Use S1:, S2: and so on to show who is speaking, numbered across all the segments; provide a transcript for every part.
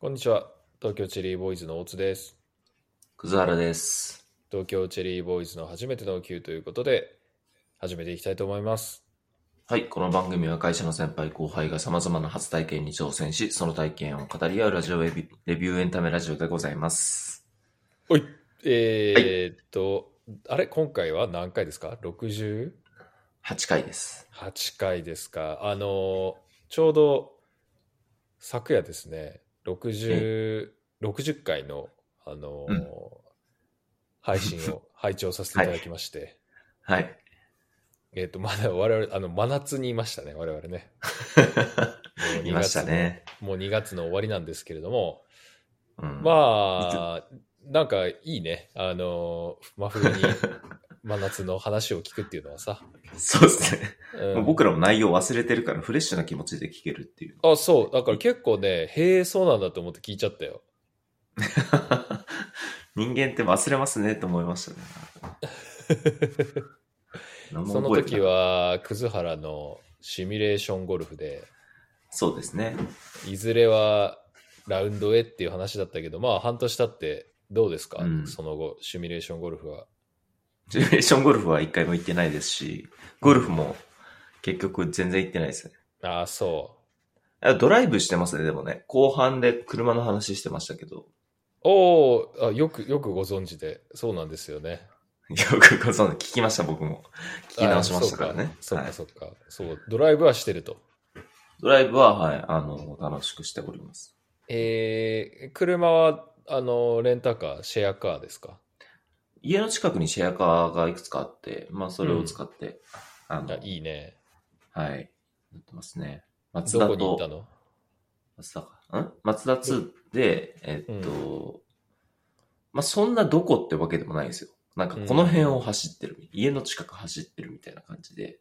S1: こんにちは。東京チェリーボーイズの大津です。
S2: 葛原です。
S1: 東京チェリーボーイズの初めての Q ということで、始めていきたいと思います。
S2: はい、この番組は会社の先輩後輩が様々な初体験に挑戦し、その体験を語り合うラジオレビューレビューエンタメラジオでございます。
S1: おい、えーっと、あれ今回は何回ですか ?68
S2: 8回です。
S1: 回ですか。あの、ちょうど昨夜ですね、60、60回の、あの、
S2: うん
S1: 配信 を拝聴させていただきまして、
S2: はい。
S1: えーっと、まだ我々、あの、真夏にいましたね、我々ね。もう
S2: い
S1: 2
S2: ましたね。
S1: もう2月の終わりなんですけれども、
S2: うん、
S1: まあ、なんかいいね、あの、真 冬に真夏の話を聞くっていうのはさ。
S2: そうですね。
S1: うん
S2: 僕らも内容忘れてるから、フレッシュな気持ちで聞けるっていう。
S1: あ、そう、だから結構ね、へえ、そうなんだと思って聞いちゃったよ。
S2: 人間って忘れますねと思いましたね。 何も
S1: その
S2: 覚えて
S1: 時
S2: ない
S1: は、葛原のシミュレーションゴルフで、
S2: そうですね。
S1: いずれはラウンドへっていう話だったけど、まあ、半年経って、どうですか、
S2: うん
S1: その後、シミュレーションゴルフは。
S2: ジェネレーションゴルフは一回も行ってないですし、ゴルフも結局全然行ってないですね。
S1: ああ、そう。
S2: あドライブしてますね、でもね。後半で車の話してましたけど。
S1: おーあよく、よくご存知で、そうなんですよね。
S2: よくご存知、聞きました、僕も。聞き直しましたからね
S1: あ。そう
S2: は
S1: か、
S2: い
S1: そうか、そうか。そう、ドライブはしてると。
S2: ドライブは、はい、あの、楽しくしております。
S1: えー、車は、あの、レンタカー、シェアカーですか
S2: 家の近くにシェアカーがいくつかあって、まあ、それを使って、あ
S1: あ
S2: の、
S1: いいね。
S2: はい、やってますね。
S1: ど
S2: 松田
S1: こに行った
S2: と、
S1: の
S2: 松田か。ん松田2で、えっと、まあ、そんなどこってわけでもないんですよ。なんか、この辺を走ってる、家の近く走ってるみたいな感じで。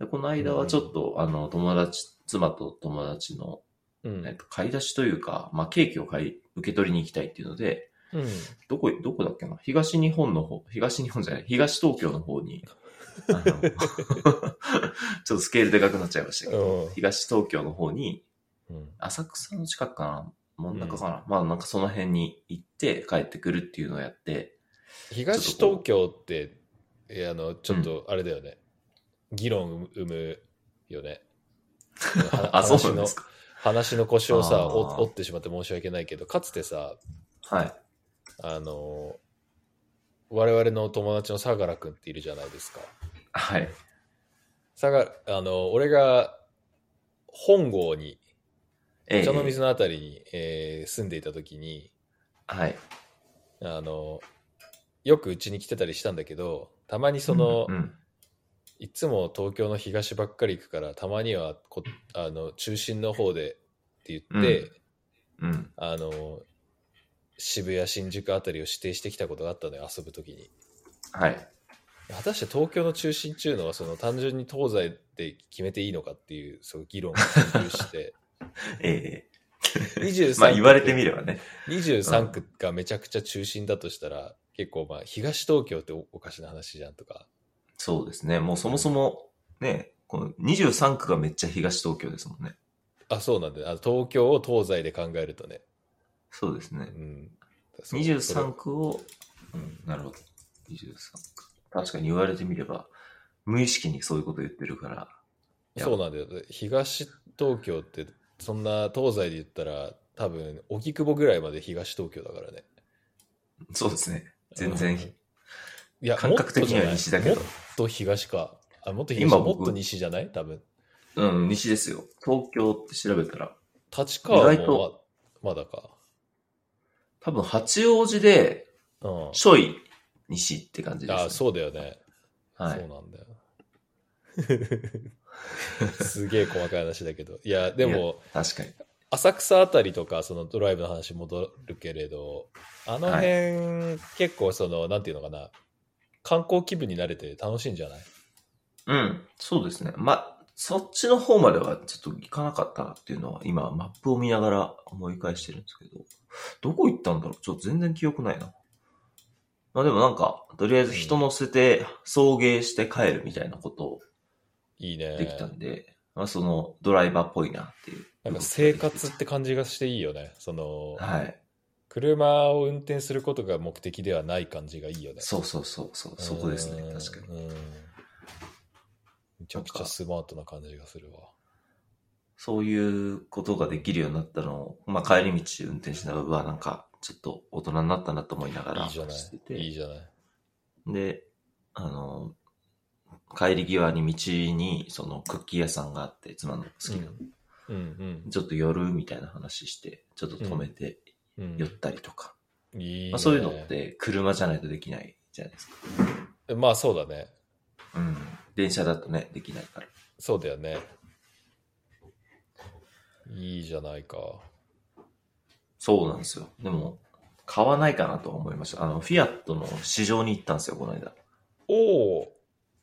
S2: で、この間はちょっと、あの、友達、妻と友達の
S1: う
S2: えっ
S1: ん。
S2: と、買い出しというか、まあ、ケーキを買い、受け取りに行きたいっていうので、
S1: うん。
S2: どこ、どこだっけな東日本の方、東日本じゃない、東東京の方に、あ の ちょっとスケールでかくなっちゃいましたけど
S1: う、ん
S2: 東東京の方に、
S1: うん。
S2: 浅草の近くかな真ん中かな、まあなんかその辺に行って帰ってくるっていうのをやって、
S1: 東東京って、えーあの、ちょっと、あれだよね。議論生むよね。は
S2: あ、そうなんですか。
S1: 話の腰をさ、
S2: あー
S1: お折ってしまって申し訳ないけど、かつてさ、
S2: はい。
S1: あの、我々の友達の相良くんっているじゃないですか。
S2: はい。
S1: 相良、あの、俺が本郷に、
S2: え
S1: 茶の水のあたりに、えー住んでいた時に、
S2: はい。
S1: あの、よくうちに来てたりしたんだけど、たまにその、
S2: うんうん
S1: いつも東京の東ばっかり行くから、たまにはこあの中心の方でって言って、
S2: うんうん。
S1: あの、渋谷、新宿あたりを指定してきたことがあったのよ、遊ぶ時に。
S2: はい。
S1: 果たして東京の中心っていうのはその単純に東西で決めていいのかっていうそういう議論を研究して
S2: ええ
S1: 23
S2: まあ言われてみればね。
S1: 23区がめちゃくちゃ中心だとしたら結構まあ東東京っておおかしな話じゃんとか
S2: そうですね。もうそもそも、ね、この23区がめっちゃ東東京ですもんね。
S1: あそうなんだよあの東京を東西で考えるとね、
S2: そうですね
S1: う。ん、そうそれ
S2: 23区を、うん、なるほど。23区。確かに言われてみれば、無意識にそういうこと言ってるから。
S1: そうなんだよ東東京ってそんな東西で言ったら多分荻窪ぐらいまで東東京だからね
S2: そうですね。全然、
S1: うんいや
S2: 感覚的に
S1: も
S2: は
S1: っと
S2: 西
S1: じゃ
S2: だ
S1: ない
S2: けど
S1: もっと東かあもっと東
S2: 今
S1: も
S2: 僕
S1: っと西じゃない多分
S2: うん、西ですよ。東京って調べたら、
S1: 立川
S2: 意
S1: も
S2: 外と
S1: ままだか。
S2: 多分八王子で、
S1: うん。
S2: ちょい西って感じです、ね。
S1: あそうだよね。
S2: は
S1: そう
S2: い。
S1: なんだよ。 すげえ細かい話だけど。いや、で
S2: いや
S1: も、
S2: 確かに。
S1: 浅草あたりとか、そのドライブの話戻るけれど、あの辺、結構その、なんていうのかな、観光気分に慣れて楽しいんじゃない
S2: うん、そうですね。ま、そっちの方まではちょっと行かなかったなっていうのは、今、マップを見ながら思い返してるんですけど、どこ行ったんだろうちょっと全然記憶ないな。まあでもなんか、とりあえず人乗せて、送迎して帰るみたいなことを
S1: いいね。
S2: できたんで、まあその、ドライバーっぽいなっていう
S1: なんか生活って感じがしていいよね。その、
S2: はい。
S1: 車を運転することが目的ではない感じがいいよね。
S2: そうそうそう、そうそこですね。確かに。
S1: に。うんめちゃくちゃスマートな感じがするわ。
S2: そういうことができるようになったのを、まあ、帰り道運転しながら、うわ、なんか、ちょっと大人になったなと思いながら
S1: いいじゃない
S2: 走って。て
S1: いいじゃない。
S2: で、あの、帰り際に道に、その、クッキー屋さんがあって、妻の好きな、
S1: うんうん
S2: ちょっと寄るみたいな話して、ちょっと止めて
S1: うん。
S2: 寄ったりとか。
S1: いいね
S2: まあ、そういうのって、車じゃないとできないじゃないですか。
S1: まあそうだね。
S2: うん。電車だとね、できないから。
S1: そうだよね。いいじゃないか。
S2: そうなんですよ。でも、買わないかなとは思いました。あの、フィアットの市場に行ったんですよ、この間。
S1: おお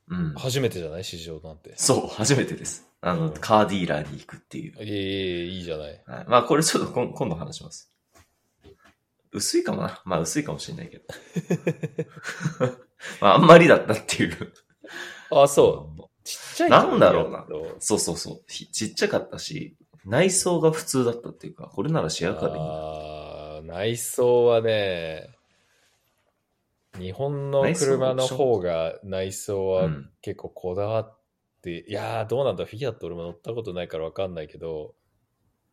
S2: うん。
S1: 初めてじゃない市場なんて。
S2: そう、初めてです。あの、
S1: うん
S2: カーディーラーに行くっていう。
S1: いえいえ、いいじゃない。
S2: はい、まあ、これちょっと今今度話します。薄いかもな。まあ、薄いかもしれないけ ど。まあ、あんまりだったっていう。
S1: あ、そう。ちっちゃい
S2: なんだろうな
S1: と
S2: そうそうそう。ひちっちゃかったし、内装が普通だったっていうか、これならシェアカーでいいな。
S1: あー内装はね、日本の
S2: 内装
S1: 車の方が内装
S2: う
S1: は
S2: ん。
S1: 結構こだわって、いやー、どうなんだ、フィギュアット俺も乗ったことないからわかんないけど、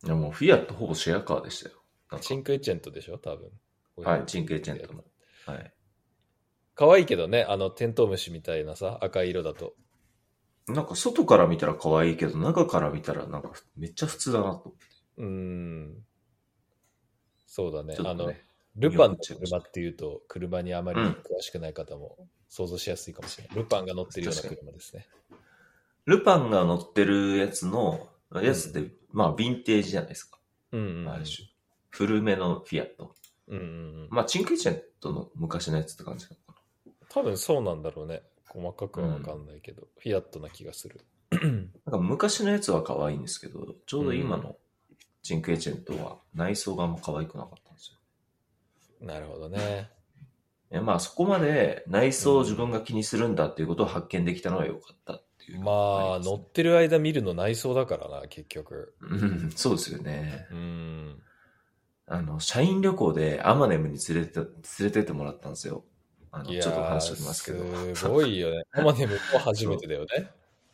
S2: いや、もうフィアットほぼシェアカーでしたよ。なんか
S1: チンクエチェントでしょ、多分
S2: はい、チンケイチェントの。はい。
S1: 可愛いけどね、あのテントウムシみたいなさ、赤い色だと。
S2: なんか外から見たら可愛いけど、中から見たらなんかめっちゃ普通だなと思って。
S1: うーん。そうだね。
S2: ちょ
S1: あ
S2: っと
S1: の、
S2: ね。
S1: ルパンの車っていうと、車にあまり詳しくない方も想像しやすいかもしれない。ルパンが乗ってるような
S2: 確か
S1: 車ですね。
S2: ルパンが乗ってるやつの、やつって、まあ、ヴィンテージじゃないですか。
S1: うんうんうん。
S2: ある種。古めのフィアット。
S1: うんうんうん。
S2: まあ、チンクイチェントの昔のやつって感じなのか
S1: 多分そうなんだろうね。細かくはわかんないけど、フィアットな気がする。
S2: な。なんか昔のやつは可愛いんですけど、ちょうど今のチンクイチェントは内装があんま可愛くなかったんですよ。
S1: なるほ どね。
S2: いやまあ、そこまで内装を自分が気にするんだっていうことを発見できたのは良かったっていう。
S1: まあ、乗ってる間見るの内装だからな、結局。
S2: うん、そうですよね。
S1: うん。
S2: あの、社員旅行でアマネムに連れて、連れてってもらったんですよ。あの、
S1: いや
S2: ちょっと
S1: ー、
S2: 話しておきますけど。
S1: すごい よね。アマネムも初めてだよね。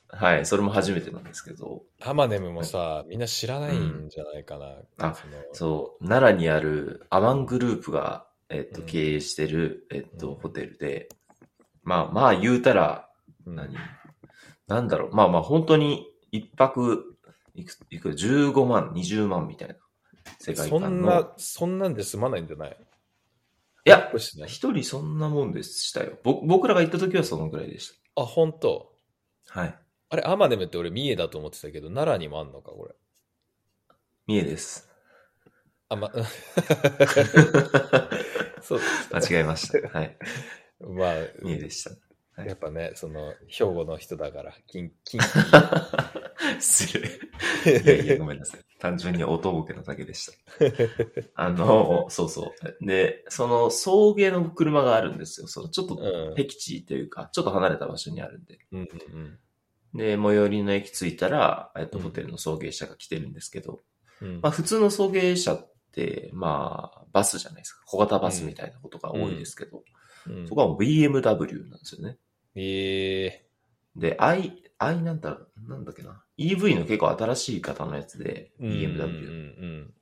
S2: はい、それも初めてなんですけど、
S1: アマネムもさ、みんな知らないんじゃないかな。
S2: あ
S1: その
S2: そう、奈良にあるアマングループが、えっと、
S1: うん
S2: 経営してる、えっと、
S1: うん
S2: ホテルで、まあまあ言うたら、
S1: うん
S2: 何、なんだろう、まあまあ本当に一泊、いく、いくら、15万、20万みたいな世界
S1: そ
S2: 観
S1: ん
S2: の。
S1: な、そんなんで済まないんじゃない
S2: いや、
S1: これしない
S2: 一人そんなもんでしたよ。ぼ僕らが行った時はそのぐらいでし
S1: あ、本当。
S2: た。はい。
S1: あれ、アマネムって俺、三重だと思ってたけど、奈良にもあんのか、これ。
S2: 三 重です。
S1: あ、ま、 そう。
S2: 間違えました。はい。
S1: まあ、
S2: 三重でした。 はい
S1: やっぱね、その、兵庫の人だから、近近 畿
S2: 失礼。い やいや、ごめんなさい。単純に音ボケなだけでした。 あの、そうそう。で、その送迎の車があるんですよ。そのちょっと
S1: うん
S2: 僻地というか、ちょっと離れた場所にあるんで。
S1: うんうん
S2: で、最寄りの駅着いたら、えっと、
S1: うん
S2: ホテルの送迎車が来てるんですけど、
S1: うんうん
S2: まあ普通の送迎車って、まあ、バスじゃないですか。小型バスみたいなことが多いですけど、
S1: うん
S2: そこはもう BMW なんですよね。
S1: ええ
S2: で、i、i なんだ、なんだっけな。EV の結構新しい型のやつで、BMW
S1: うんうん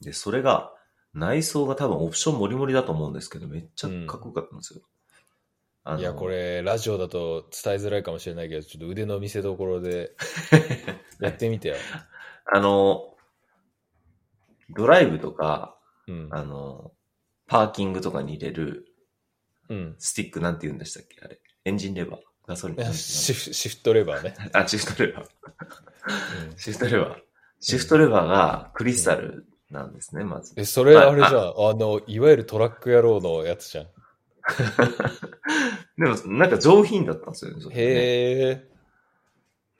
S2: で、それが、内装が多分オプションもりもりだと思うんですけど、めっちゃかっこよかったんですよ。あ
S1: うん
S2: の
S1: いや、こ。れ、ラジオだと伝えづらいかもしれないけど、ちょっと腕の見せ所 でやってみてよ。
S2: あの、ドライブとか、
S1: うん。
S2: あの、パーキングとかに入れる
S1: うん。
S2: スティックなんて言うんでしたっけあれ。エンジンレバー。ガソリン。なんて
S1: シフシフトレバ ーね。
S2: 言うのあ、シフトレバー。シフトレバー。シフトレバーがクリスタルなんですね、まず。
S1: え、それ、あれじゃん。あの、いわゆるトラック野郎のやつじゃん。
S2: でも、なんか上品だったんですよね。それね
S1: へえ。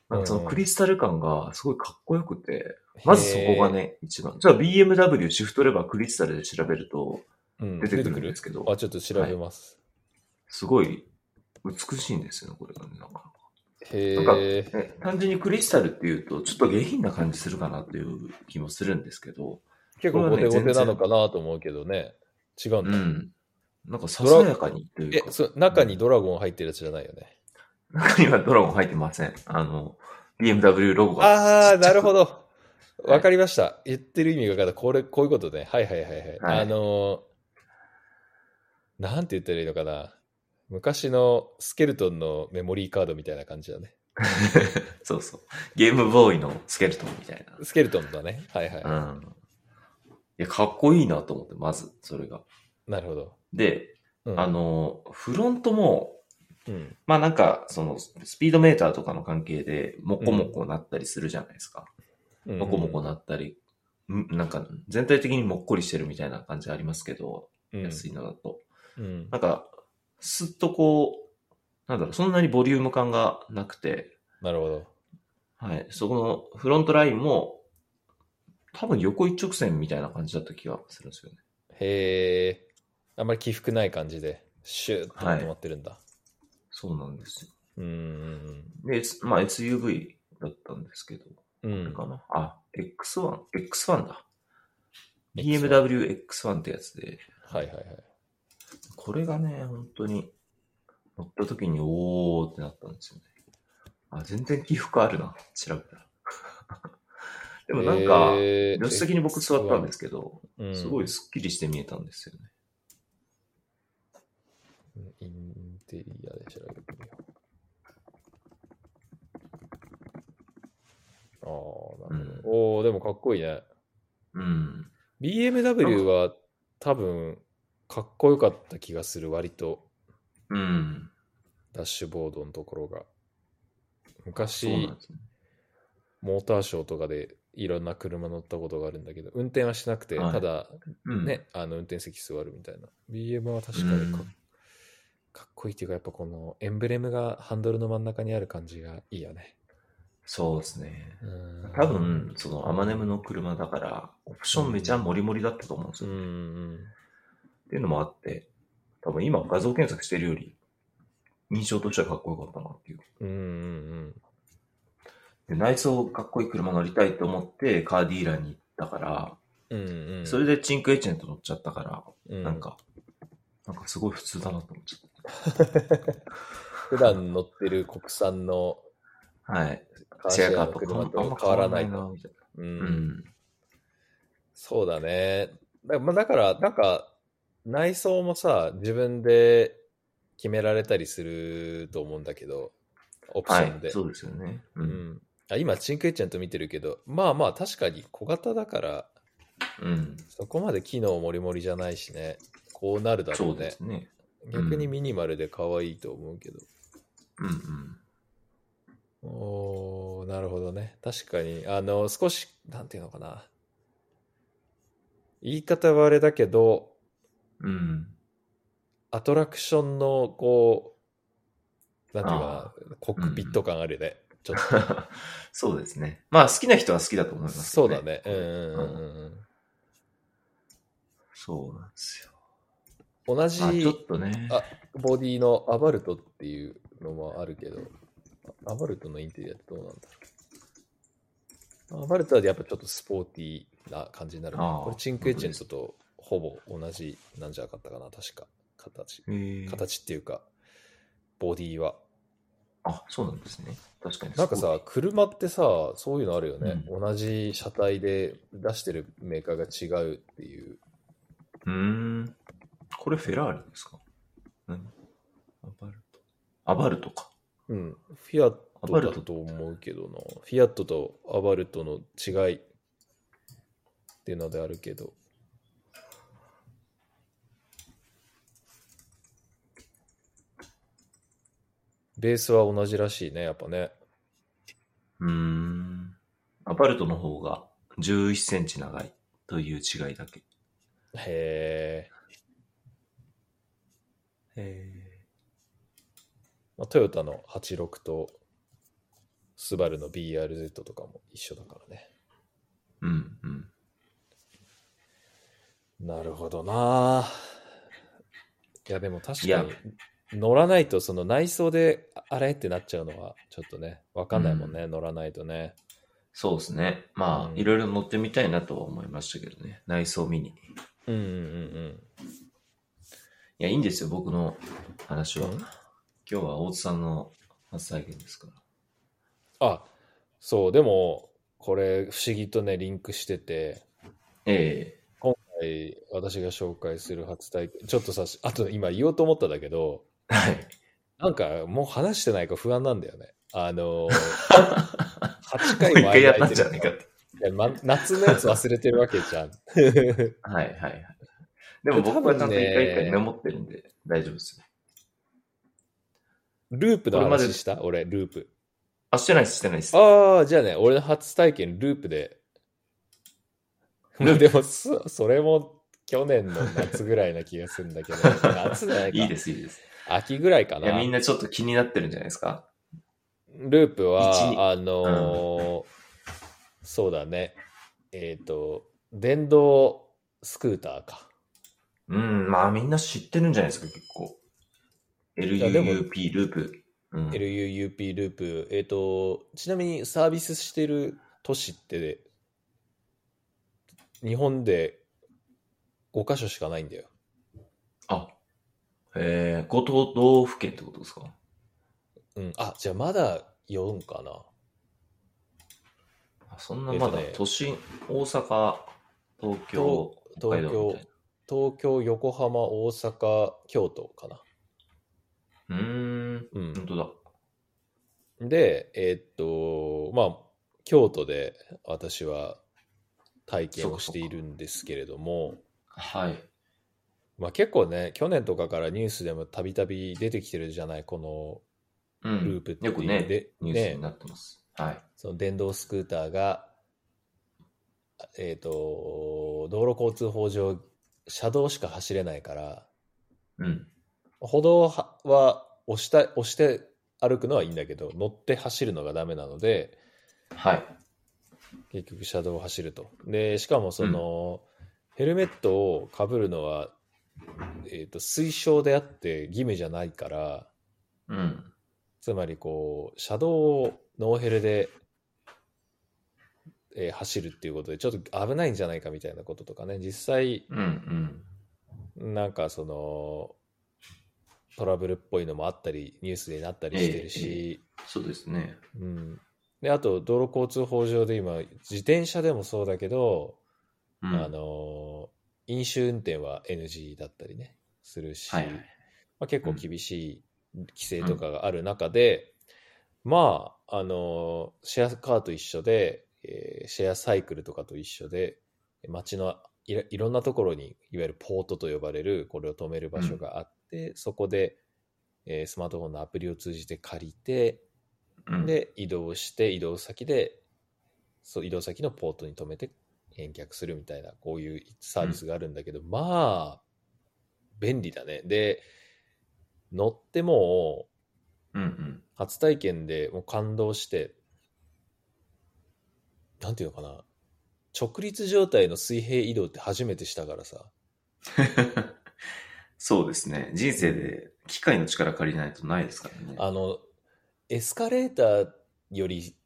S2: なんかそのクリスタル感がすごいかっこよくて、まずそこがね、一番。じゃあ BMW シフトレバークリスタルで調べると
S1: へー、うん
S2: 出てくるんですけど、
S1: あ、ちょっと調べます。
S2: すごい美しいんですよね、これがね。なんか
S1: へ
S2: なんか
S1: え。
S2: ね単純にクリスタルっていうと、ちょっと下品な感じするかなっていう気もするんですけど、
S1: 結構ゴテゴテなのかなと思うけどね。違うん
S2: う
S1: だ。
S2: ん。なんかささやかにとい
S1: え
S2: うか、
S1: そ、中にドラゴン入ってるやつじゃないよね。
S2: 中にはドラゴン入ってません。あの、BMW ロゴが。
S1: ああ、なるほど。
S2: い
S1: わかりました。言ってる意味が分かった。これ、こういうことね。はいはいはいはい。
S2: はい
S1: あのーなんて言ったらいいのかな。昔のスケルトンのメモリーカードみたいな感じだね。
S2: そうそう。ゲームボーイのスケルトンみたい
S1: スケルトンだね。はいはい。
S2: な。うん。いや、かっこいいなと思って、まず、それが。
S1: なるほど。
S2: で、
S1: うん、
S2: あの、フロントも、
S1: うん、
S2: まあなんか、その、スピードメーターとかの関係で、モコモコなったりするじゃないですか。
S1: うん。
S2: モコモコなったり、うんなんか、全体的にもっこりしてるみたいな感じありますけど、
S1: うん、
S2: 安いのだと。
S1: うん。
S2: なんか、すっとこう、なんだろう、そんなにボリューム感がなくて、
S1: なるほど。
S2: はい、そこのフロントラインも、多分横一直線みたいな感じだった気がするんですよね。
S1: へえ。あんまり起伏ない感じで、シューッと止まってるんだ。
S2: そうなんですよ。
S1: うんうん
S2: で、S- まあ SUV だったんですけど、
S1: うん。
S2: あ
S1: う
S2: れ
S1: ん。
S2: かな。あ、X1、X1 だ。
S1: X1
S2: BMW X1 ってやつで、
S1: はいはいはい。
S2: これがね、本当に、乗った時に、おーってなったんですよね。あ、全然起伏あるな、調べたら。 でもなんか、
S1: えー
S2: 助手席に僕座ったんですけど、
S1: うん
S2: すごいスッキリして見えたんですよね。
S1: インテリアで調べてみよう。ああ、なるほど。おおでもかっこいいね。
S2: うん。
S1: BMW は多分、かっこよかった気がする、割と。
S2: うん。
S1: ダッシュボードのところが。
S2: そう
S1: 昔
S2: なん、ですね。
S1: モーターショーとかでいろんな車乗ったことがあるんだけど、運転はしなくて、
S2: はい
S1: ただ、
S2: うん、
S1: ね、あの運転席座るみたいな。BM は確かにか,、
S2: うん
S1: かっこいいっていうか、やっぱこのエンブレムがハンドルの真ん中にある感じがいいよね。
S2: そうですね。
S1: うん
S2: 多、分、そのアマネムの車だから、オプションめちゃモリモリだったと思うんです
S1: う
S2: よ。
S1: んう
S2: っ
S1: ん、
S2: ていうのもあって、多分今画像検索してるより、印象としてはかっこよかったなっていう。
S1: うんうんうん
S2: で内装かっこいい車乗りたいと思って、カーディーラーに行ったから、
S1: うんうんうん、
S2: それでチンクエチェント乗っちゃったから、
S1: う
S2: なん、か、なんかすごい普通だなと思っちゃっ
S1: 普段乗ってる国産の
S2: た。はい。
S1: カーシ
S2: シェア
S1: ェ
S2: カ
S1: アの
S2: ーとか
S1: 車
S2: もあん
S1: と
S2: ま
S1: 変わらない
S2: 変
S1: と。
S2: わみたい
S1: うん
S2: な。うん。
S1: そうだね。だ,、まあ、だから、なんか、内装もさ、自分で決められたりすると思うんだけど、オプシ
S2: は
S1: ョン
S2: い
S1: で。。
S2: そうですよね。う。
S1: うんん、あ今、チンクエッチェント見てるけど、まあまあ、確かに小型だから、
S2: うん。
S1: そこまで機能もりもりじゃないしね、こうなるだろ
S2: そううで
S1: ね
S2: す。ね。
S1: 逆にミニマルで可愛いと思うけど。
S2: うんうん。
S1: おーなるほどね。確かに、あの、少し、なんていうのかな。言い方はあれだけど、
S2: うん。
S1: アトラクションの、こう、なんていう
S2: あ
S1: かな、コックピット感あるね。ちょっと。
S2: そうですね。まあ好きな人は好きだと思います、
S1: そうだ ね。うんうんうんうん。
S2: そうなんですよ。
S1: 同
S2: まあ
S1: じ
S2: ちょっとね。
S1: あボディのアバルトっていうのもあるけど、アバルトのインテリアってどうなんだろう。アバルトはやっぱちょっとスポーティーな感じになるね、
S2: ああ
S1: これチンクエチェントとほぼ同じなんじゃなかったかな、確か。形。
S2: へー
S1: 形っていうか、ボディは。
S2: あ、そうなんですね。確かに。
S1: なんかさ、車ってさ、そういうのあるよね。
S2: う
S1: 同じ車体で出してるメーカーが違うっていう。
S2: うーん。これフェラーリですか何アバルト。アバルトか。
S1: うん。フィアッ
S2: ア
S1: ト
S2: バル
S1: だ
S2: ト
S1: と思うけどな。フィアットとアバルトの違いっていうのであるけど。ベースは同じらしいね、やっぱね。
S2: うーん。アバルトの方が11センチ長いという違いだけ。
S1: へえ。
S2: へ
S1: まあ、トヨタの86とスバルの BRZ とかも一緒だからね。
S2: うんうん。
S1: なるほどな。いや、でも確
S2: い
S1: か
S2: や
S1: に乗らないと、その内装で、ああれってなっちゃうのは、ちょっとね、わかんないもんね、乗らないとね。
S2: そうですね。まあ、
S1: うん
S2: いろいろ乗ってみたいなとは思いましたけどね。内装見に。い
S1: うんうんうん
S2: や、いいんですよ、僕の話
S1: う
S2: は。
S1: ん。
S2: 今日は大津さんの初体験ですから。
S1: あ、そう、でも、これ、不思議とね、リンクしてて、
S2: え
S1: はい私が紹介する初体験、ちょっとさ、あと今言おうと思ったんだけど、
S2: えはい。
S1: なんかもう話してないか不安なんだよね。あのー、8
S2: もう
S1: 回
S2: 一
S1: も間空いて
S2: 回
S1: る
S2: やったんじゃないかって。
S1: いやま夏のやつ忘れてるわけじゃん。
S2: はいはいはい。でも僕はちゃんと一回一回メモってるんで、大丈夫ですね。
S1: ループの
S2: これまで
S1: 話した俺、ループ。
S2: あ、してないです、してないです。
S1: ああ、じゃあね、俺の初体験、ループで。まあでも、そそれも去年の夏ぐらいな気がするんだ けど、夏じゃないか。
S2: いいです、いいです。
S1: 秋ぐらいか
S2: い
S1: な。
S2: や、みんなちょっと気になってるんじゃないですか。
S1: ループ
S2: 一二
S1: は、あのーそうだね。えっ、と、電動スクーターか。
S2: うん、まあみんな知ってるんじゃないですか、結構。
S1: やでも
S2: LUUP ループ。うん、
S1: LUUP ループ。えっ、と、ちなみにサービスしてる都市って、日本で5カ所しかないんだよ。
S2: あ、えー、五都道府県ってことですか
S1: うん。あ、じゃあまだ4かな。
S2: あそんなまだ
S1: えっとね
S2: 都心、大阪、東京、北海
S1: 東
S2: 道
S1: 京
S2: みたい、
S1: 東京、横浜、大阪、京都かな。
S2: な。うーん、
S1: うん。
S2: 本当だ。
S1: で、えーっと、まあ、京都で私は体験をしているんですけれども、
S2: はい。
S1: まあ、結構ね、去年とかからニュースでもたびたび出てきてるじゃない、こ
S2: う
S1: のルー
S2: ん。
S1: プっていう
S2: よくね、
S1: で
S2: ニュース
S1: ね
S2: になってます。はい。
S1: その電動スクーターが、えーっと、道路交通法上、車道しか走れないから、
S2: うん。
S1: 歩道はは押した押して歩くのはいいんだけど、乗って走るのがダメなので、
S2: はい。
S1: 結局車道を走ると。で、しかもその、ヘルメットをかぶるのは、えっ、と、推奨であって義務じゃないから、
S2: うん。
S1: つまりこう、車道をノーヘルで、えー走るっていうことで、ちょっと危ないんじゃないかみたいなこととかね、実際、
S2: うん。うん。
S1: なんかその、トラブルっぽいのもあったり、ニュースになったりしてるし、
S2: そうですね。
S1: うん。で、あと、道路交通法上で今、自転車でもそうだけど、
S2: うん。
S1: あのー飲酒運転は NG だったりねするし、
S2: はいはい。
S1: まあ、結構厳しい規制とかがある中で、まあ、あのーシェアカーと一緒で、えーシェアサイクルとかと一緒で街のいらいろんなところにいわゆるポートと呼ばれるこれを止める場所があって、そこで、えースマートフォンのアプリを通じて借りて
S2: うん、
S1: で移動して移動先でそう移動先のポートに止めて返却するみたいなこういうサービスがあるんだけど、まあ便利だねで乗ってもう
S2: うんうん。
S1: 初体験でもう感動してなんていうのかな直立状態の水平移動って初めてしたからさ
S2: そうですね。人生で機械の力借りないとないですからね。
S1: あのエスカレーターより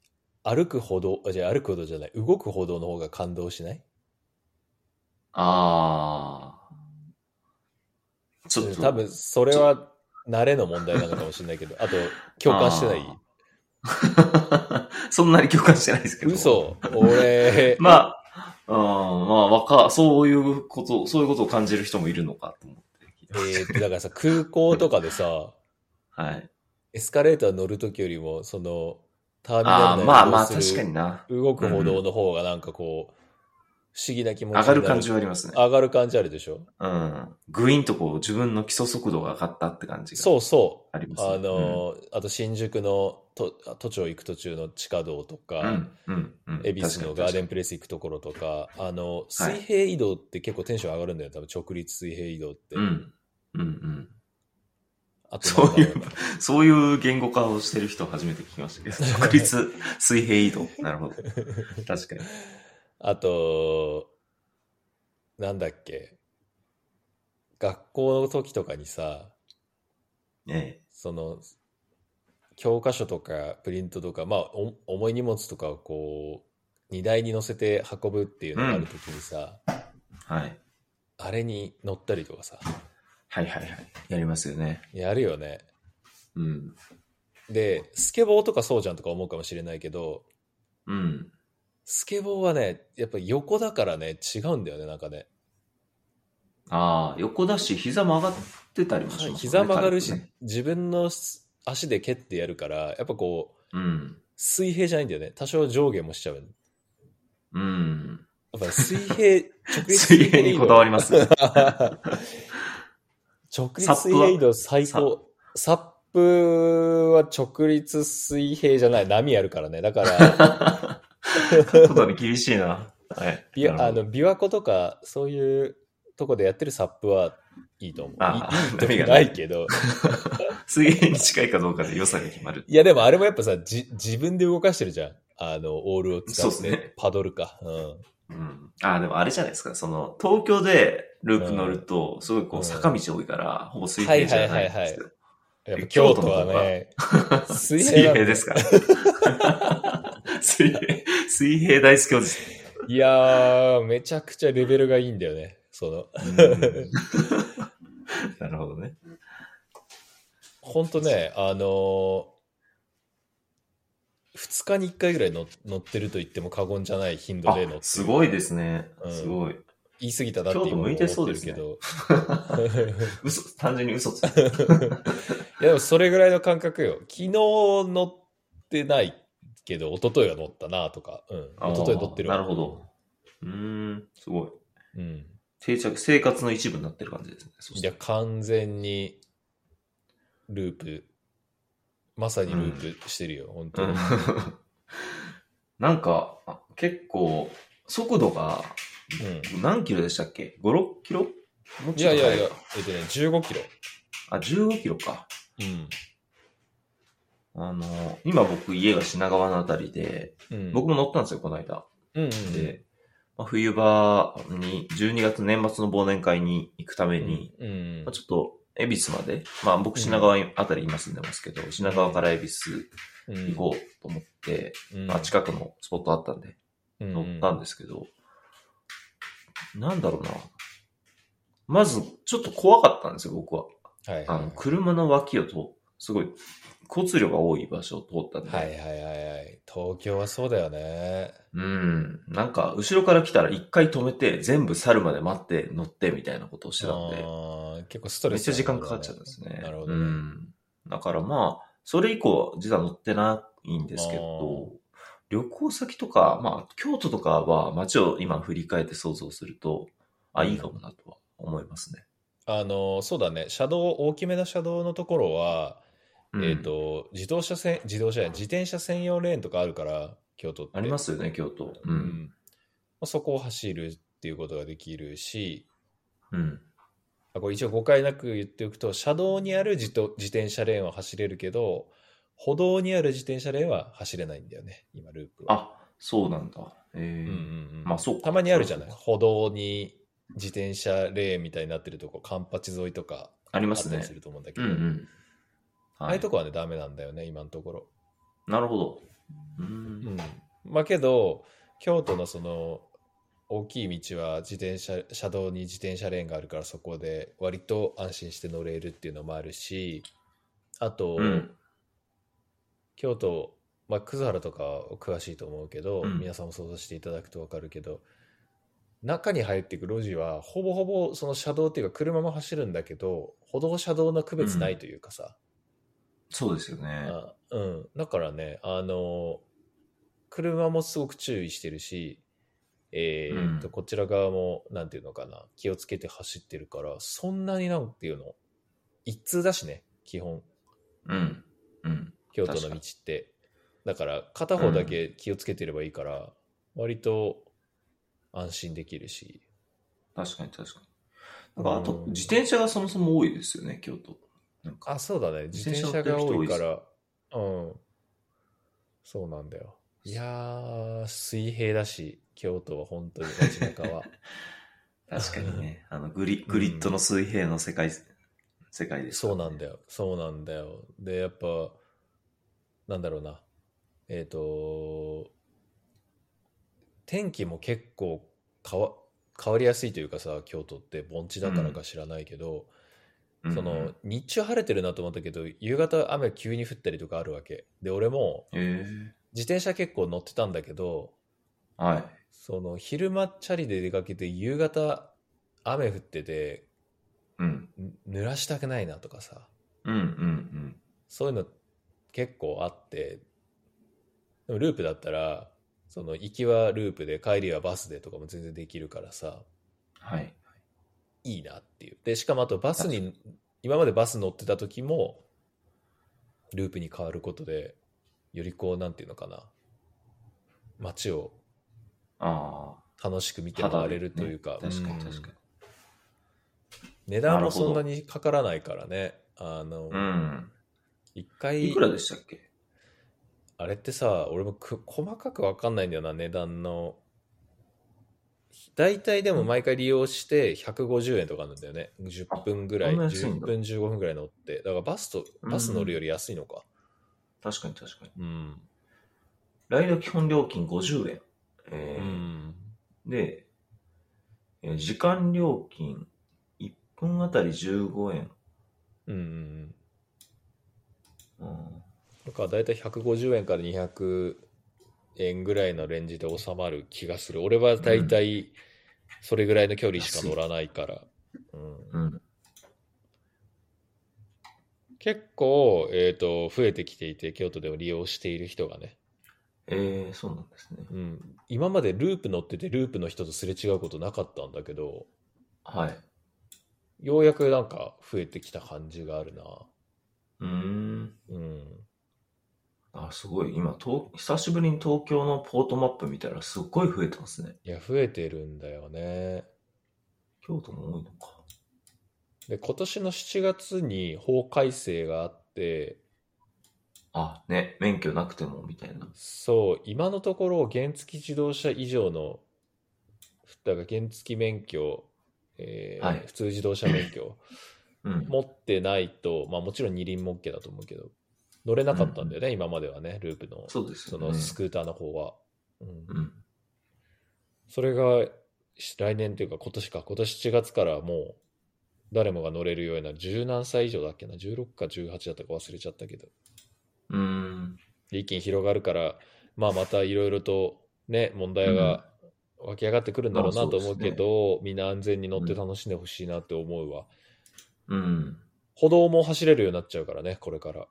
S1: 歩くほどじゃあ歩くほどじゃない動くほどの方が感動しない
S2: ああ。ちょっと。
S1: 多分それは慣れの問題なのかもしれないけど、あと共感してない
S2: あ そんなに共感してないですけど。。
S1: 嘘、俺、
S2: まあ、うん、まあ、わか、そういうこと、そういうことを感じる人もいるのかと思って聞いて
S1: え
S2: まし
S1: ーだからさ、空港とかでさ、
S2: た。はい。
S1: エスカレーター乗るときよりも、その、ターミ
S2: あ
S1: ナ
S2: あ、
S1: ル
S2: まあまあ、
S1: 内を移動す
S2: 確
S1: る
S2: かにな。
S1: 動く歩道の方がなんかこう、不思議な気持ち
S2: 上がる感じ
S1: は
S2: はありますね。
S1: 上がる感じあるでしょ
S2: うん。グイーンとこう、自分の基礎速度が上がったって感じが
S1: そうそう。
S2: ありますね。
S1: あの、あと新宿の都都庁行く途中の地下道と
S2: うん、う
S1: か、
S2: ん、うん。うん
S1: 恵比寿のガーデン
S2: 確かに確か
S1: プレス行くところとか、あの、水平移動って結構テンション上がるんだよ、多分直立水平移動って。
S2: にうん。うん、うん。
S1: あと
S2: そういう
S1: なんだろ、
S2: そういう言語化をしてる人初めて聞きましたけ ど、直立水平移動。なるほど。確かに。
S1: なあと、なんだっけ。学校の時とかにさ、
S2: え
S1: その教科書とかプリントとか、まあ、お重い荷物とかをこう荷台に乗せて運ぶっていうのがある時にさ、
S2: えはい。
S1: あれに乗ったりとかさ
S2: はいはいはい。やりますよね。
S1: やるよね
S2: うん。
S1: でスケボーとかそうじゃんとか思うかもしれないけど
S2: うん。
S1: スケボーはねやっぱ横だからね違うんだよねなんかね
S2: ああ、横だし、膝曲がってたりもしますもんね。
S1: 膝曲がるし、
S2: 軽くね
S1: 自分のす足で蹴ってやるからやっぱこう
S2: うん。
S1: 水平じゃないんだよね多少上下もしちゃう
S2: うん。
S1: やっぱ水 平直立
S2: 水平にこだわりますすね。
S1: 直立
S2: サッ
S1: 水
S2: プは
S1: 平移動最高。サップは直立水平じゃない。波やるからね。だ から、
S2: 角度に厳しいな。はい。
S1: びわ
S2: な
S1: あ
S2: るほど
S1: の、琵琶湖とか、そういうとこでやってるサップはいいと思う。
S2: あ
S1: いいいいと
S2: 波が
S1: こ
S2: ね
S1: ないけど。
S2: 水平に近いかどうかで良さが決まる。
S1: いや、でもあれもやっぱさ、じ、自分で動かしてるじゃん。あの、オールを使っ
S2: そうですね
S1: て、パドルか。うん。
S2: うん。ああ、でもあれじゃないですか。その、東京でループ乗ると、すごいこ
S1: う
S2: う、
S1: ん
S2: 坂道多いから、ほぼ水平じゃないん
S1: はいはい
S2: で
S1: はいや
S2: すよ。
S1: っぱ
S2: 京
S1: 京
S2: 都
S1: 都
S2: の方
S1: は
S2: が
S1: ね、水
S2: 水
S1: 平な
S2: 平
S1: んだ
S2: ですから。 水平、水平大好きおじさ
S1: いやー、めちゃくちゃレベルがいいんだよね。その、
S2: ん。うんなるほどね。
S1: 本当ね、あのー、2日に1回ぐらい乗乗ってると言っても過言じゃない頻度
S2: あ
S1: で乗ってる
S2: すごいですね。
S1: うん
S2: すごい。
S1: 言い過ぎたなって
S2: 京都
S1: 今
S2: 向
S1: 思
S2: い
S1: ってて
S2: そうで
S1: る
S2: す
S1: け
S2: ね
S1: ど。
S2: 嘘、単純に嘘ついてる。
S1: いや、でもそれぐらいの感覚よ。昨日乗ってないけど、一昨日は乗ったなとか。うん。
S2: あー
S1: 一昨日乗ってるわ
S2: なるほど。。うーん、すごい。
S1: うん。
S2: 定着、生活の一部になってる感じですね。そし
S1: い
S2: て
S1: や、完全に、ループ、まさにループしてるよ、本
S2: う
S1: 当
S2: ん
S1: に。
S2: なんか、あ結構、速度が
S1: うん。
S2: 何キロでしたっけ ?5、6キロもう
S1: い
S2: ち
S1: や
S2: ょっ
S1: い
S2: と
S1: や
S2: 速
S1: い
S2: い
S1: や
S2: か。、
S1: えっとね、15キロ。
S2: あ、15キロか。
S1: うん。
S2: あの、今僕家が品川のあたりで、
S1: うん、
S2: 僕も乗ったんですよ、この間。
S1: うんうんうん、
S2: で、まあ、冬場に、12月年末の忘年会に行くために、
S1: うんうん
S2: まあ、ちょっと、恵比寿まで、まあ僕品川あたり今住んでますけど、品川から恵比寿
S1: うん、
S2: 行こうと思って、
S1: うん、
S2: まあ近くのスポットあったんで、乗ったんですけど、なんだろうな。まず、ちょっと怖かったんですよ、僕は。
S1: うんはい
S2: あ
S1: は
S2: の、車の脇を通、すごい、交通量が多い場所を通ったん
S1: い、
S2: で、
S1: はいはいはいはい東京はそうだよね
S2: うん、なんか、後ろから来たら一回止めて、全部去るまで待って、乗って、みたいなことをしてたんで、
S1: あー結構スト
S2: め
S1: レ
S2: っち
S1: ス
S2: ゃ時間かかっちゃったんですね。
S1: なるほど
S2: う
S1: ね
S2: ん。だからまあ、それ以降、実は乗ってないんですけど、旅行先とか、まあ、京都とかは街を今振り返って想像すると、あ、いいかもなとは思いますね。
S1: あのそうだね車道大きめな車道のところは、
S2: うん
S1: えっ、。と自動車線自動車や自転車専用レーンとかあるから京都って
S2: ありますよね、京都。う。
S1: うんんまあそこを走るっていうことができるし
S2: うん。
S1: あこれ一応誤解なく言っておくと車道にある自と自転車レーンは走れるけど歩道にある自転車レーンは走れないんだよね今ループは
S2: あ、そうなんだ。え
S1: うん
S2: ー
S1: うんうん
S2: まあそうか
S1: たまにあるじゃない
S2: そうか
S1: 歩道に自転車レーンみたいになってるとこカンパチ沿いとか
S2: あり
S1: あ
S2: ま
S1: っ
S2: す
S1: たり
S2: ね
S1: す。ると思うんだけ
S2: うん
S1: ど、
S2: うん。
S1: あ
S2: は
S1: あい。
S2: いう
S1: とこはねダメなんだよね今のところ、
S2: なるほど。う。
S1: うんん、まあけど京都のその大きい道は自転車車道に自転車レーンがあるからそこで割と安心して乗れるっていうのもあるしあと、
S2: うん。
S1: 京都、まあ、葛原とかは詳しいと思うけど、
S2: うん
S1: 皆さんも想像していただくと分かるけど中に入っていく路地はほぼほぼその車道っていうか車も走るんだけど歩道車道の区別ないというかさ、
S2: そうですよね。
S1: あうん、だからねあの車もすごく注意してるし、えーっと
S2: うん
S1: こちら側もなんていうのかな気をつけて走ってるからそんなになんていうの一通だしね基本
S2: うん。うん。
S1: 京都の道ってだから片方だけ気をつけてればいいから、割と安心できるし
S2: 確かに確かに。なんかあと、
S1: うん
S2: 自転車がそもそも多いですよね、京都。なんか、
S1: あそうだね
S2: 自
S1: 自
S2: 転
S1: 転
S2: 車
S1: 車
S2: 乗
S1: が多
S2: ってる人多い
S1: い
S2: で
S1: か
S2: す
S1: らうんそうなんだよいやー水平だし京都は本当に街 中は
S2: 確かにね。あの、グリ、グリッドの水平の世界、世界ですか
S1: そ
S2: ら
S1: う
S2: ね、
S1: なんだよ。そうなんだよ。で、やっぱ、なんだろうな。えっ、と、天気も結構変わ変わりやすいというかさ、京都って盆地だからか知らないけど、
S2: うんうん。
S1: その日中晴れてるなと思ったけど、夕方雨急に降ったりとかあるわけ。で、俺も
S2: え
S1: 自転車結構乗ってたんだけど、
S2: ー、はい。
S1: その昼間チャリで出かけて夕方雨降ってて、
S2: うん。
S1: ぬ濡らしたくないなとかさ。
S2: うんうんうん。
S1: そういうの結構あって、でもループだったら、その行きはループで帰りはバスでとかも全然できるからさ、
S2: はい。
S1: いいなっていう。で、しかもあとバスに、今までバス乗ってた時も、ループに変わることで、よりこう、なんていうのかな、街を
S2: あ
S1: 楽しく見て回れるというか
S2: あ、、確か
S1: うん
S2: に確かに。
S1: 値段もそんなにかからないからね、あの、
S2: うん。
S1: 一回、
S2: いくらでしたっけ
S1: あれってさ、俺もく細かく分かんないんだよな、値段の。大体でも毎回利用して150円とかなんだよね。10分ぐらい、
S2: あそんな安い
S1: 10
S2: んだ
S1: 分15分ぐらい乗って。だからバスと、
S2: うん
S1: バス乗るより安いのか。
S2: 確かに確かに。
S1: うん。
S2: ライド基本料金50円。
S1: う
S2: えー
S1: ん。
S2: で、えー時間料金1分あたり15円。
S1: うん。
S2: うん
S1: だから大体150円から200円ぐらいのレンジで収まる気がする。俺は大体それぐらいの距離しか乗らないから。うん。
S2: うん。
S1: 結構、えっ、と、増えてきていて、京都でも利用している人がね。
S2: えー、そうなんですね。
S1: うん、今までループ乗っててループの人とすれ違うことなかったんだけど
S2: はい。
S1: ようやくなんか増えてきた感じがあるな
S2: うーん。
S1: うん
S2: あ、すごい。今、東、久しぶりに東京のポートマップ見たらすっごい増えてますね。
S1: いや増えてるんだよね
S2: 京都も多いのか。
S1: で今年の7月に法改正があって
S2: あ、ね、免許なくてもみたいな。
S1: そう今のところ原付自動車以上のだから原付免許、えー
S2: はい
S1: 普通自動車免許
S2: うん。
S1: 持ってないと、まあ、もちろん二輪も OK だと思うけど乗れなかったんだよね、今まではねループの
S2: そうです
S1: そ
S2: よね。
S1: のスクーターの方は、うん
S2: うん。
S1: それがし来年というか今年か今年7月からもう誰もが乗れるような十何歳以上だっけな16か18だったか忘れちゃったけど
S2: うーん。
S1: 一気に広がるからまあまたいろいろとね問題が湧き上がってくるんだろうなと思うけど、みんな安全に乗って楽しんでほしいなって思うわ、
S2: うん。
S1: 歩道も走れるようになっちゃうからねこれから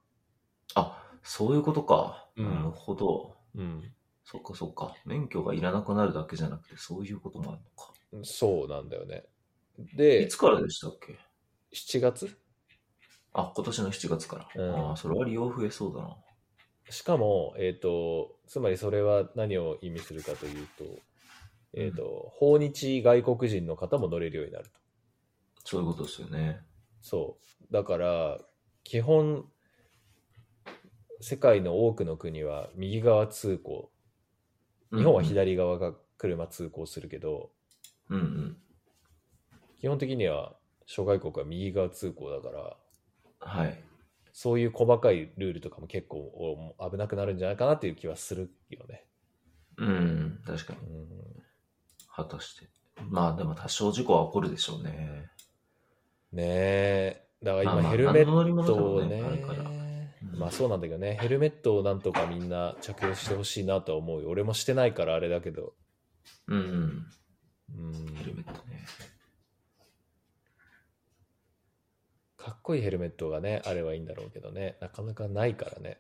S2: あ、そういうことか。
S1: うん
S2: なるほど。
S1: うん
S2: そっかそっか。免許がいらなくなるだけじゃなくて、そういうこともあるのか。
S1: そうなんだよね
S2: い
S1: で
S2: つからでしたっけ
S1: 7月
S2: あ、今年の7月から。
S1: うん
S2: ああ、それは利用増えそうだな。
S1: しかも、えーと、つまりそれは何を意味するかというと、えーと、訪日外国人の方も乗れるようになると。
S2: そういうことですよね。
S1: そう。だから、基本、世界の多くの国は右側通行、日本は左側が車通行するけど、
S2: うんうん。
S1: 基本的には諸外国は右側通行だから、
S2: はい。
S1: そういう細かいルールとかも結構お危なくなるんじゃないかなっていう気はするよね。
S2: うん、確かに
S1: う。ん
S2: 果たして。まあでも多少事故は起こるでしょうね。
S1: ねえ。だから
S2: まあま
S1: 今
S2: あ
S1: ヘルメ
S2: 何の乗り
S1: ット
S2: 物
S1: を
S2: でもね
S1: ね
S2: あるから。うん
S1: まあそうなんだけどね、ヘルメットをなんとかみんな着用してほしいなとは思うよ。俺もしてないからあれだけど。
S2: うんう
S1: う
S2: ん。
S1: ん
S2: ヘ。ルメットね。
S1: かっこいいヘルメットがね、あればいいんだろうけどね。なかなかないからね。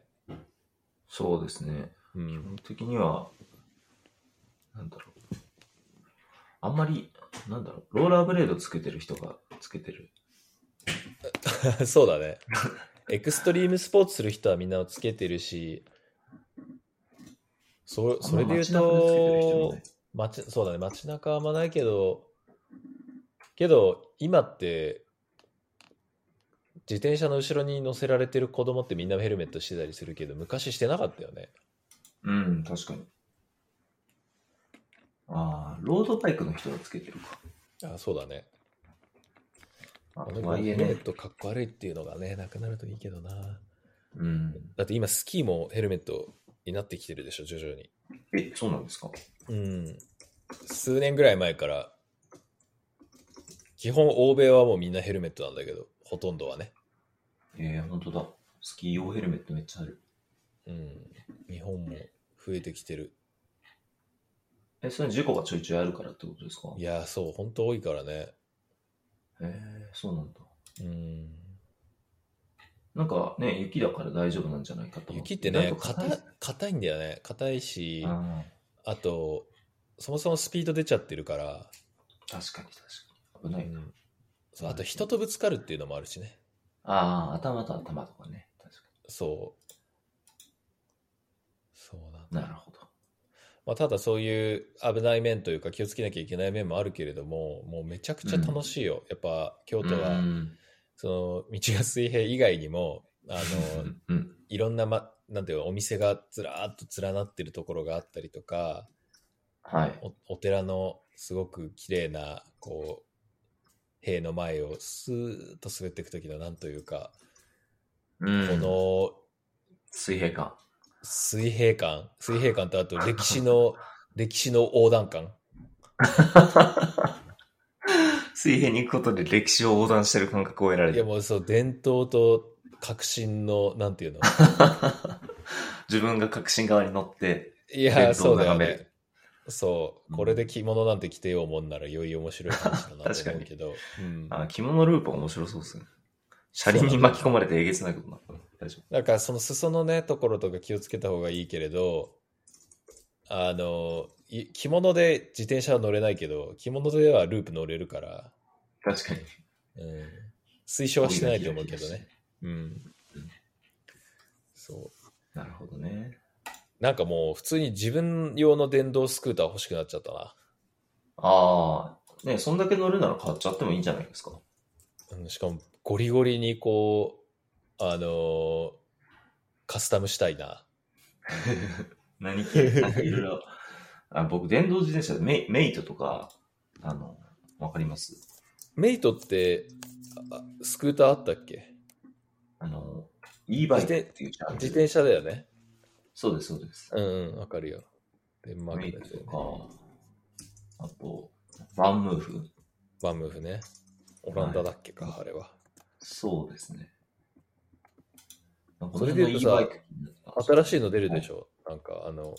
S2: そうですね。
S1: う
S2: 基
S1: ん。
S2: 本的には、なんだろう。あんまり、なんだろう。ローラーブレードつけてる人がつけてる。
S1: そうだね。エクストリームスポーツする人はみんなつけてるし、そそれで言う
S2: あんま街中でつけてる人も
S1: と
S2: ね、
S1: 街そうだね街中はあんまないけどけど今って自転車の後ろに乗せられてる子供ってみんなヘルメットしてたりするけど昔してなかったよね
S2: うん、確かに。ああ、ロードバイクの人がつけてるか。
S1: あそうだね
S2: あ
S1: あ
S2: と
S1: の
S2: は
S1: ヘ
S2: いえ
S1: ルメ
S2: ね
S1: ッ。トかっこ悪いっていうのがね、なくなるといいけどな。
S2: うん。
S1: だって今スキーもヘルメットになってきてるでしょ、徐々に。
S2: え、そうなんですか
S1: うん。数年ぐらい前から、基本欧米はもうみんなヘルメットなんだけど、ほとんどはね。
S2: えー、本当だ。スキー用ヘルメットめっちゃある。
S1: うん。日本も増えてきてる。
S2: え、それ事故がちょいちょいあるからってことですか
S1: いやー、そう、本当多いからね。
S2: えー、そうなんだ。
S1: うん。
S2: なんかね、雪だから大丈夫なんじゃないかと思
S1: 雪ってね、
S2: い
S1: 硬硬いんだよね。硬いし、あ
S2: あ
S1: と、そもそもスピード出ちゃってるから、
S2: ー確かに確かに。危ない。
S1: うんそうあと人とぶつかるっていうのもあるしね。
S2: ああ、頭と頭とかね。確か
S1: そう。そうなんだ
S2: に。なるほど。
S1: まあ、ただそういう危ない面というか気をつけなきゃいけない面もあるけれどももうめちゃくちゃ楽しいよ、やっぱ京都
S2: う
S1: は
S2: ん
S1: その道が水平以外にもあ
S2: う
S1: の
S2: んうん。
S1: いろんな,、ま、なんていうのお店がずらーっと連なってるところがあったりとか
S2: はい。
S1: おお寺のすごく綺麗なこう塀の前をスーッと滑っていく時のなんというか、
S2: うん
S1: この
S2: 水平感。
S1: 水平感水平感とあと歴史 の歴史の横断感
S2: 水平に行くことで歴史を横断してる感覚を得られ
S1: いや
S2: る。
S1: もうそう伝統と革新のなん ていうの
S2: 自分が革新側に乗って、
S1: いや
S2: 伝統
S1: そ
S2: を
S1: うだよ
S2: 眺める
S1: ねそう
S2: うん
S1: これで着物なんて着てようもんならより面白い話だな
S2: 確
S1: と
S2: かに
S1: 思うけど、うん、
S2: あー着物ループは面白そうですね。車輪に巻き込まれてえげつないことになった。大丈
S1: なんかその裾のねところとか気をつけた方がいいけれどあのい着物で自転車は乗れないけど着物ではループ乗れるから、
S2: 夫。確かに。
S1: うん、推奨はしてないと思うけどね。うん
S2: うん
S1: そう
S2: なるほどね。
S1: なんかもう普通に自分用の電動スクーター欲しくなっちゃったな
S2: ああ、ねそんだけ乗るなら買っちゃってもいいんじゃないですか。
S1: うんしかもゴリゴリにこうあのーカスタムしたいな
S2: 何系なんかいろいろ。あ僕、電動自転車でメイメイトとか、あの、わかります
S1: メイトってあスクーターあったっけ
S2: あの、e バイクっていうジャンル
S1: 自転車だよね
S2: そうです、そうです。
S1: うんうんわかるよデンマ
S2: メ
S1: ー
S2: イ
S1: ク
S2: ト
S1: だよね
S2: とか、あと、ワンムーフ。
S1: バンムーフねオランダだっけか、
S2: はい
S1: あれは
S2: そうですね。この
S1: それ
S2: 辺
S1: で言
S2: の e
S1: うとさ
S2: バイク
S1: 新しいの出るでしょ、なんかあの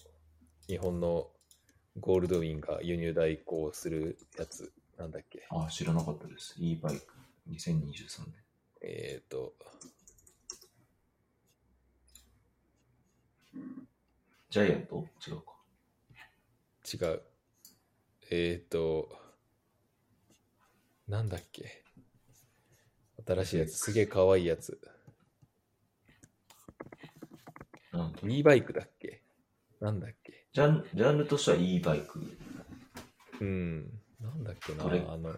S1: 日本のゴールドウィンが輸入代行するやつなんだっけ
S2: あ、知らなかったです。e バイク2023年。
S1: えっ、ー、と
S2: ジャイアント違うか。
S1: 違う。えっ、ー、と、なんだっけ。新しいやつ、すげえかわいいやつ。
S2: なんと
S1: e バイクだっけなんだっけ
S2: ジャンジャンルとしては e バイク。
S1: うん。なんだっけな
S2: トレック
S1: あの、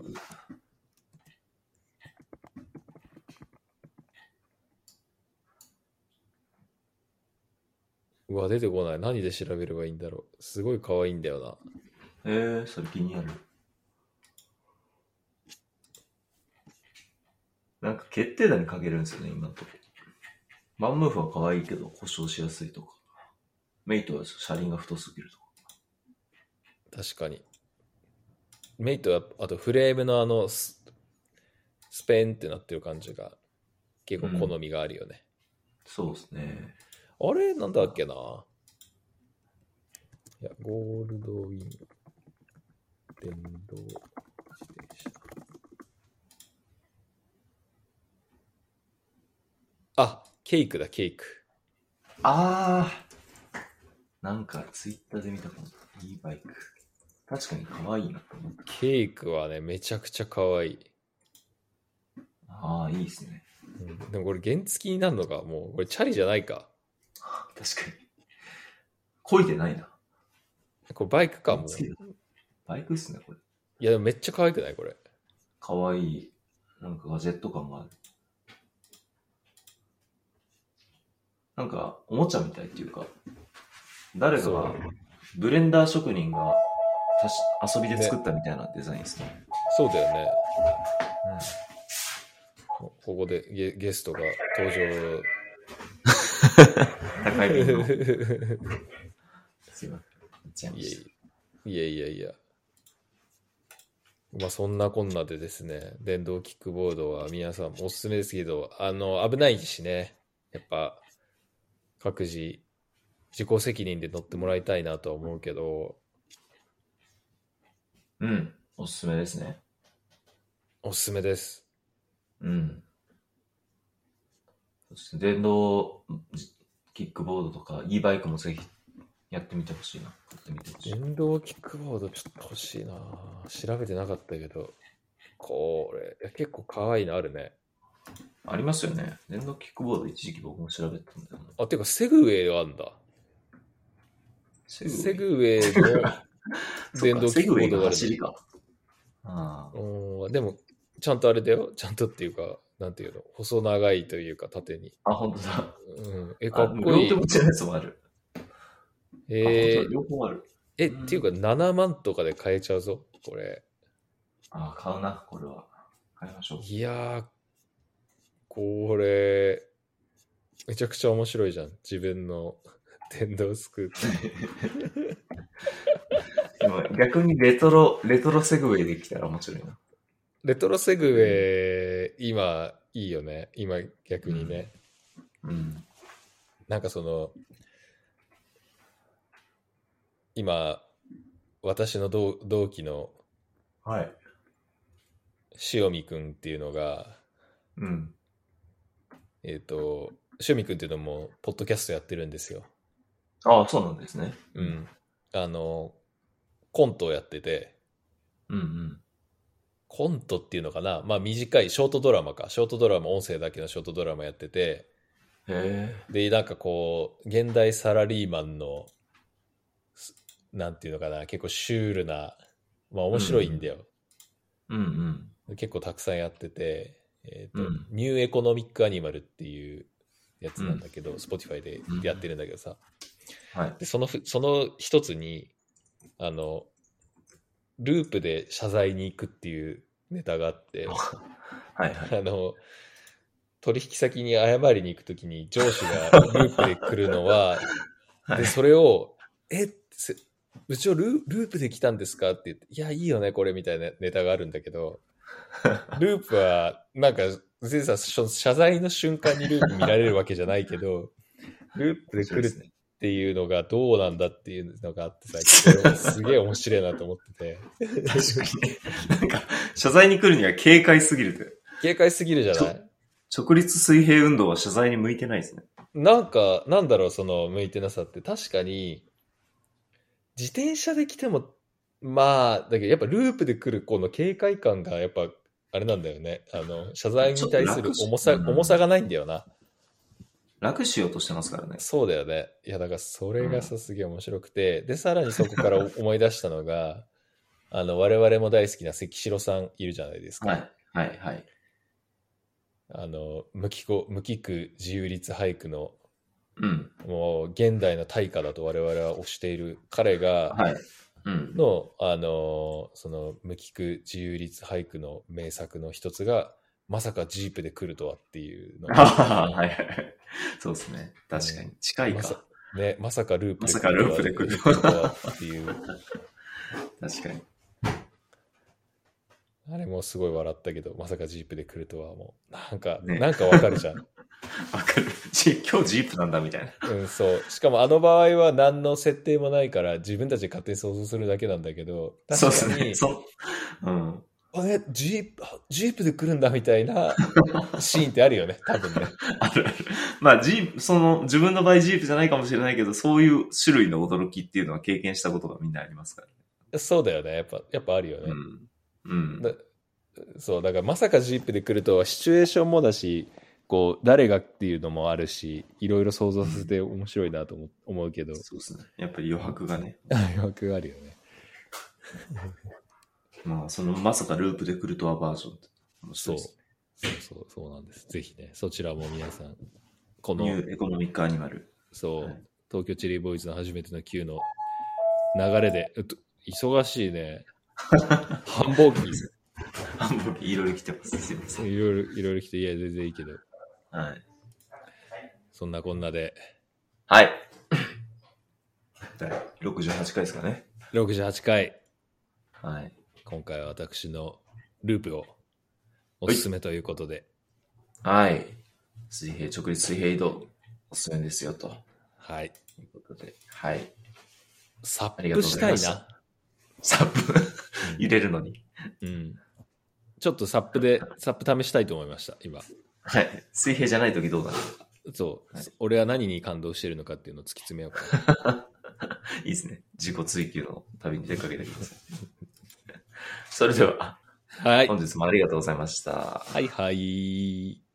S1: うわ、出てこない。何で調べればいいんだろう。すごいかわいいんだよな。
S2: えー、それ気になる。なんか決定打にかけるんですよね、今のところ。マンムーフは可愛いけど故障しやすいとか。メイトは車輪が太すぎるとか。
S1: 確かに。メイトは、あとフレームのあのス、スペンってなってる感じが、結構好みがあるよね。
S2: そうですね。
S1: あれなんだっけないや、ゴールドウィン、電動自転車。あ、ケイクだ、ケイク。
S2: あーなんかツイッターで見たかも。e バイク。確かに可愛いなと思った。
S1: ケイクはね、めちゃくちゃ可愛い。
S2: ああ、いいですね。
S1: うん、でもこれ原付になるのか、もう、これチャリじゃないか。
S2: 確かに。漕いでないな。
S1: これバイクか、もう。
S2: 好き
S1: い
S2: だバイクっすね、これ。
S1: や、でもめっちゃ可愛くないこれ。
S2: かわいい。なんかガジェット感がある。なんか、おもちゃみたいっていうか、誰か
S1: そう
S2: が、ブレンダー職人が たし遊びで作ったみたいなデザインですね。
S1: そうだよね。ここでゲゲストが登場。
S2: 高いビルの。すいません。
S1: いやいやいやいや。まあそんなこんなでですね、電動キックボードは皆さんもおすすめですけど、あの、危ないしね、やっぱ各自自己責任で乗ってもらいたいなとは思うけど、
S2: うん。おすすめですね。
S1: おすすめです。
S2: うん。そして電動キックボードとか e バイクもぜひやってみてほしいな。買ってみてほしい。
S1: 電動キックボードちょっと欲しいな調べてなかったけど、これ、いや結構可愛いのあるね。
S2: ありますよね。電動キックボード一時期僕も調べてたんだよな。
S1: あ、ていうかセグウェイがあるんだ。
S2: セ
S1: セグウェイの 電 動キックボードがある
S2: 走りか。ああ。
S1: おーでも、ちゃんとあれだよ。ちゃんとっていうか、なんていうの、細長いというか、縦に。
S2: あ、本当だ。
S1: うん、え、か
S2: あ
S1: っこい
S2: 両
S1: い
S2: 手持。ちのやつもある。あ
S1: え
S2: 本当
S1: ー
S2: だ両方ある。
S1: え、っ
S2: うん
S1: ていうか、7万とかで買えちゃうぞ、これ。
S2: ああ、買うな、これは。買いましょう。
S1: いやー、これ、めちゃくちゃ面白いじゃん。自分の 電動スクーター。
S2: でも逆にレトロ、レトロセグウェイできたら面白いな。
S1: レトロセグウェイ、今、いいよね。今、逆にね。
S2: うん。
S1: なんかその、今、私の同同期の
S2: はい。
S1: 塩見くんっていうのが、
S2: うん。
S1: えっ、と、塩見くんっていうのも、ポッドキャストやってるんですよ。
S2: ああ、そうなんですね。
S1: うん。あの、コントをやってて、
S2: うんうん。
S1: コントっていうのかなまあ短いショートドラマか。ショートドラマ、音声だけのショートドラマやってて、
S2: へ
S1: で、なんかこう、現代サラリーマンの、すなんていうのかな結構シュールな、まあ面白いんだよ。
S2: え。うんうん。
S1: 結構たくさんやってて、えーと
S2: うん
S1: ニューエコノミックアニマルっていうやつなんだけど、Spotify でやってるんだけどさ、
S2: はい。
S1: でそのふその一つにあのループで謝罪に行くっていうネタがあって
S2: あ
S1: あ
S2: はい はい。
S1: の取引先に謝りに行くときに上司がループで来るのは
S2: はい
S1: でそれを「えせうちをルループで来たんですか?」って言って「いやいいよねこれ」みたいなネタがあるんだけどループは、なんか、全然さ、その謝罪の瞬間にループ見られるわけじゃないけど、ループで来るっ
S2: ね。
S1: ていうのがどうなんだっていうのがあって さ、これすげえ面白いなと思ってて、
S2: 確かに。なんか、謝罪に来るには軽快すぎるという。
S1: 警戒すぎるじゃない
S2: 直立水平運動は謝罪に向いてないですね。
S1: なんか、なんだろう、その、向いてなさって、確かに、自転車で来ても、まあ、だけど、やっぱループで来るこの警戒感が、やっぱ、あれなんだよね。あの、謝罪に対する重さ、
S2: ちょっと楽しい
S1: 重さがないんだよな。
S2: 楽しようとしてますからね。
S1: そうだよね。いや、だからそれがさ、すげえ面白くて、で、さらにそこ からお思い出したのが、あの、我々も大好きな関城さんいるじゃないですか。
S2: はい。はいはい。
S1: あの、無機子、無機区自由律俳句の、
S2: うん。
S1: もう、現代の大家だと我々は推している彼が、
S2: はい。うん。
S1: の、あの、その、無機区自由律俳句の名作の一つが、まさかジープで来るとはっていうのが
S2: ああ、 はいはい。そうですね。確かに。近い
S1: ま
S2: か。
S1: さね、まさかループ
S2: まさかループで来るとは
S1: はっていう。
S2: 確かに。
S1: あれもすごい笑ったけど、まさかジープで来るとはもう、なんか、
S2: ね
S1: なんかわかるじ ゃん。
S2: わかる。じ今日ジープなんだみたいな。
S1: うん、そう。しかもあの場合は何の設定もないから、自分たちで勝手に想像するだけなんだけど、
S2: そう
S1: 確
S2: です
S1: かに、
S2: ね。そう。うん。
S1: あれジープ、あジープで来るんだみたいなシーンってあるよね、多分ね。
S2: あるある。まあ、ジープ、その、自分の場合ジープじゃないかもしれないけど、そういう種類の驚きっていうのは経験したことがみんなありますからね。
S1: そうだよね、やっぱ、やっぱあるよね。
S2: うん。うん。
S1: だそう、だからまさかジープで来るとは、シチュエーションもだし、こう、誰がっていうのもあるし、いろいろ想像させて面白いなと思思うけ ど、
S2: そうですね。やっぱり余白がね。
S1: 余白あるよね。
S2: まあ、その、まさかループで来るとはバージョンって。面
S1: そう
S2: 白いです。
S1: そうそうそうなんです。ぜひね、そちらも皆さん、この
S2: ニ、ューエコノミックアニマル。
S1: そう、
S2: はい
S1: 東京チェリーボーイズの初めての Q の 流れで、うっと忙しいね。繁忙期、
S2: あもういろいろ来てます。すい ません。
S1: いろいろ、いろいろ来て、いや、全然いいけど、
S2: はい。
S1: そんなこんなで、
S2: はい。第68回ですかね。
S1: 68回、
S2: はい。
S1: 今回は私のループをおすすめということで、
S2: はい。水平、直立水平移動、おすすめですよ、と
S1: はい。
S2: いうことで。はい。
S1: サ
S2: あ
S1: ッ
S2: りがと
S1: プ
S2: うご
S1: し
S2: ざ
S1: た
S2: い
S1: い
S2: ました
S1: な。
S2: サップ、揺れるのに。
S1: うん。ちょっとサップで、サップ試したいと思いました、今。
S2: はい。水平じゃないときどうなる
S1: そう、
S2: はい
S1: 俺は何に感動してるのかっていうのを突き詰めようかな。
S2: いいですね。自己追求の旅に出かけてください。それでは、
S1: はい。
S2: 本日もありがとうございました。
S1: はいはい。